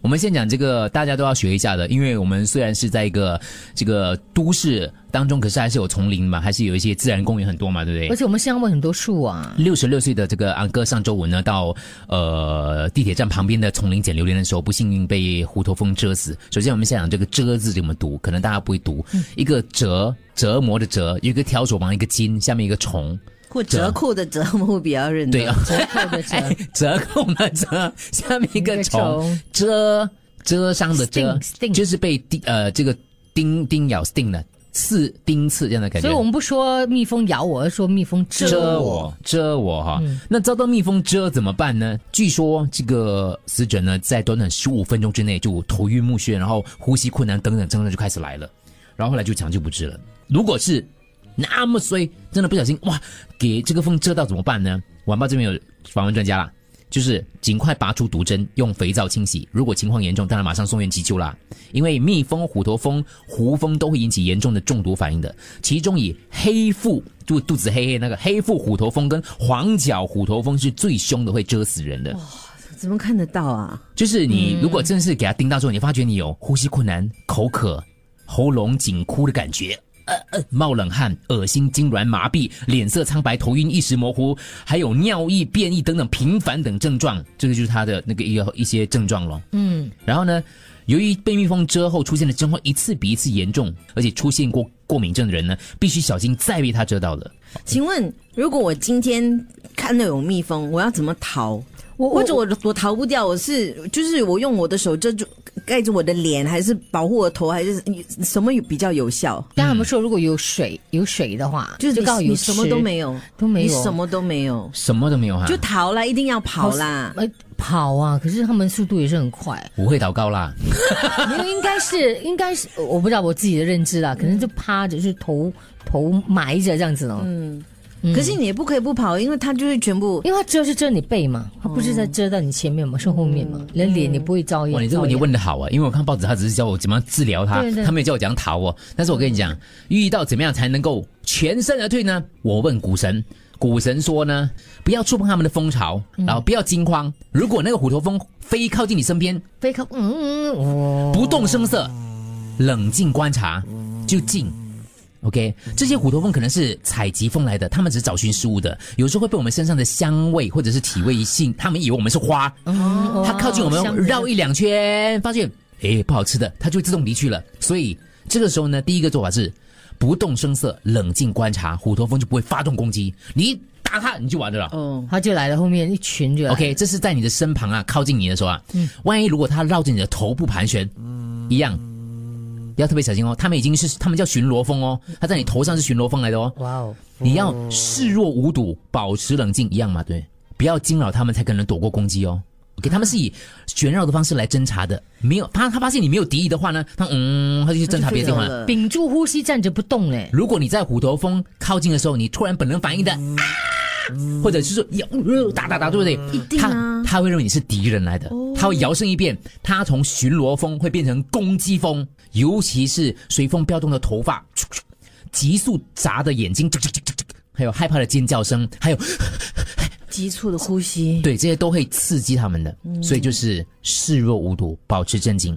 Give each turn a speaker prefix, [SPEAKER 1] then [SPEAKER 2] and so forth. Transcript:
[SPEAKER 1] 我们先讲这个大家都要学一下的，因为我们虽然是在一个这个都市当中，可是还是有丛林嘛，还是有一些自然公园很多嘛，对不对
[SPEAKER 2] 而？且我们新加坡很多树啊，
[SPEAKER 1] 六十六岁的这个安哥上周五呢，到呃地铁站旁边的丛林捡榴莲的时候，不幸运被虎头蜂蛰死。首先，我们先讲这个“蛰”字怎么读，可能大家不会读，一个“折”折磨的“折”，一个挑手旁一个金，下面一个虫，
[SPEAKER 3] 或折扣的折我会比较认
[SPEAKER 1] 对
[SPEAKER 3] 得
[SPEAKER 1] 啊。，
[SPEAKER 2] 折扣 的折
[SPEAKER 1] 折扣的 折，下面一
[SPEAKER 2] 哎一
[SPEAKER 1] 个
[SPEAKER 2] 个
[SPEAKER 1] 虫
[SPEAKER 2] 虫，
[SPEAKER 1] 遮遮伤的遮
[SPEAKER 2] Sting，sting
[SPEAKER 1] 就是被叮呃这个叮叮咬 sting 的刺叮刺这样的感觉。
[SPEAKER 2] 所以我们不说蜜蜂咬我，而说蜜蜂蛰
[SPEAKER 1] 蛰我，蛰我哈。
[SPEAKER 2] 嗯
[SPEAKER 1] 那遭到蜜蜂蛰怎么办呢？据说这个死者呢，在短短十五分钟之内就头晕目眩，然后呼吸困难等等症状就开始来了，然后后来就抢救不治了。如果是那么衰，真的不小心哇，给这个风蛰到怎么办呢？晚报这边有访问专家啦。就是尽快拔出毒针，用肥皂清洗。如果情况严重，当然马上送院急救啦。因为蜜蜂、虎头蜂、胡蜂都会引起严重的中毒反应的，其中以黑腹肚肚子黑黑那个黑腹虎头蜂跟黄脚虎头蜂是最凶的，会蛰死人的。
[SPEAKER 3] 怎么看得到啊？
[SPEAKER 2] 嗯
[SPEAKER 1] 就是你如果真是给它叮到之后，你发觉你有呼吸困难、口渴、喉咙紧箍的感觉。呃呃，冒冷汗、恶心、痉挛、麻痹、脸色苍白、头晕、意识模糊，还有尿意、便意等等频繁等症状，这个就是它的那个一个一些症状咯。
[SPEAKER 2] 嗯，
[SPEAKER 1] 然后呢，由于被蜜蜂蛰后出现的症状一次比一次严重，而且出现过过敏症的人呢，必须小心再被它蛰到了。
[SPEAKER 3] 请问，如果我今天看到有蜜蜂，我要怎么逃？
[SPEAKER 2] 我
[SPEAKER 3] 或者我我逃不掉，我是就是我用我的手遮住盖住我的脸，还是保护我头，还是什么比较有效？
[SPEAKER 2] 刚才我们说如果有水有水的话，
[SPEAKER 3] 就是
[SPEAKER 2] 就告诉
[SPEAKER 3] 你
[SPEAKER 2] 有
[SPEAKER 3] 你什么都
[SPEAKER 2] 吃
[SPEAKER 3] 没有，
[SPEAKER 2] 都没有
[SPEAKER 3] 你什么都没有，
[SPEAKER 1] 什么都没有哈、
[SPEAKER 3] 就逃啦，一定要跑啦。
[SPEAKER 2] 呃，跑啊！可是他们速度也是很快，
[SPEAKER 1] 不会祷告啦。
[SPEAKER 2] 没有，应该是应该是，我不知道我自己的认知啦，可能就趴着，就是头头埋着这样子哦呢。
[SPEAKER 3] 可是你也不可以不跑，因为它就是全部
[SPEAKER 2] 因为它遮是遮你背嘛，它不是在遮到你前面嘛，是后面嘛，连脸也不会照应。
[SPEAKER 1] 哇，你这个问题
[SPEAKER 2] 照应
[SPEAKER 1] 问的好啊，因为我看报纸，他只是教我怎么样治疗它
[SPEAKER 2] 对，对
[SPEAKER 1] 他没有教我怎样逃哦。但是我跟你讲，遇到怎么样才能够全身而退呢？我问股神，股神说呢，不要触碰他们的蜂巢，
[SPEAKER 2] 嗯
[SPEAKER 1] 然后不要惊慌。如果那个虎头蜂飞靠近你身边，
[SPEAKER 2] 飞靠，嗯，哦，
[SPEAKER 1] 不动声色，冷静观察，就静。OK，这些虎头蜂可能是采集蜂来的，它们只是找寻食物的，有时候会被我们身上的香味或者是体味吸引，它们以为我们是花，
[SPEAKER 2] 哦
[SPEAKER 1] 它靠近我们绕一两圈，发现诶不好吃的，它就自动离去了。所以这个时候呢，第一个做法是不动声色，冷静观察，虎头蜂就不会发动攻击。你一打它，你就完了啦。
[SPEAKER 3] 哦，
[SPEAKER 2] 它就来了，后面一群就来了
[SPEAKER 1] OK，这是在你的身旁啊，靠近你的时候啊，万一如果它绕着你的头部盘旋，一样。要特别小心哦，它们已经是它们叫巡逻蜂哦，它在你头上是巡逻蜂来的哦，
[SPEAKER 2] 哇哦，
[SPEAKER 1] 你要视若无睹，保持冷静，一样嘛，对，不要惊扰他们，才可能躲过攻击哦。OK，他们是以旋绕的方式来侦查的，没有他他发现你没有敌意的话呢，他嗯，他就去侦查别的地方了。
[SPEAKER 3] 了。
[SPEAKER 2] 屏住呼吸站着不动嘞，
[SPEAKER 1] 如果你在虎头蜂靠近的时候，你突然本能反应的
[SPEAKER 3] 嗯
[SPEAKER 1] 啊，或者就是咬呃打打打，对不对？一
[SPEAKER 3] 定啊哦
[SPEAKER 1] 他他会认为你是敌人来的，他会摇身一变，他从巡逻蜂会变成攻击蜂，尤其是随风飘动的头发，急速眨的眼睛，还有害怕的尖叫声，还有
[SPEAKER 3] 急促的呼吸，嗯
[SPEAKER 1] 对这些都会刺激他们的，所以就是视若无睹，保持镇静。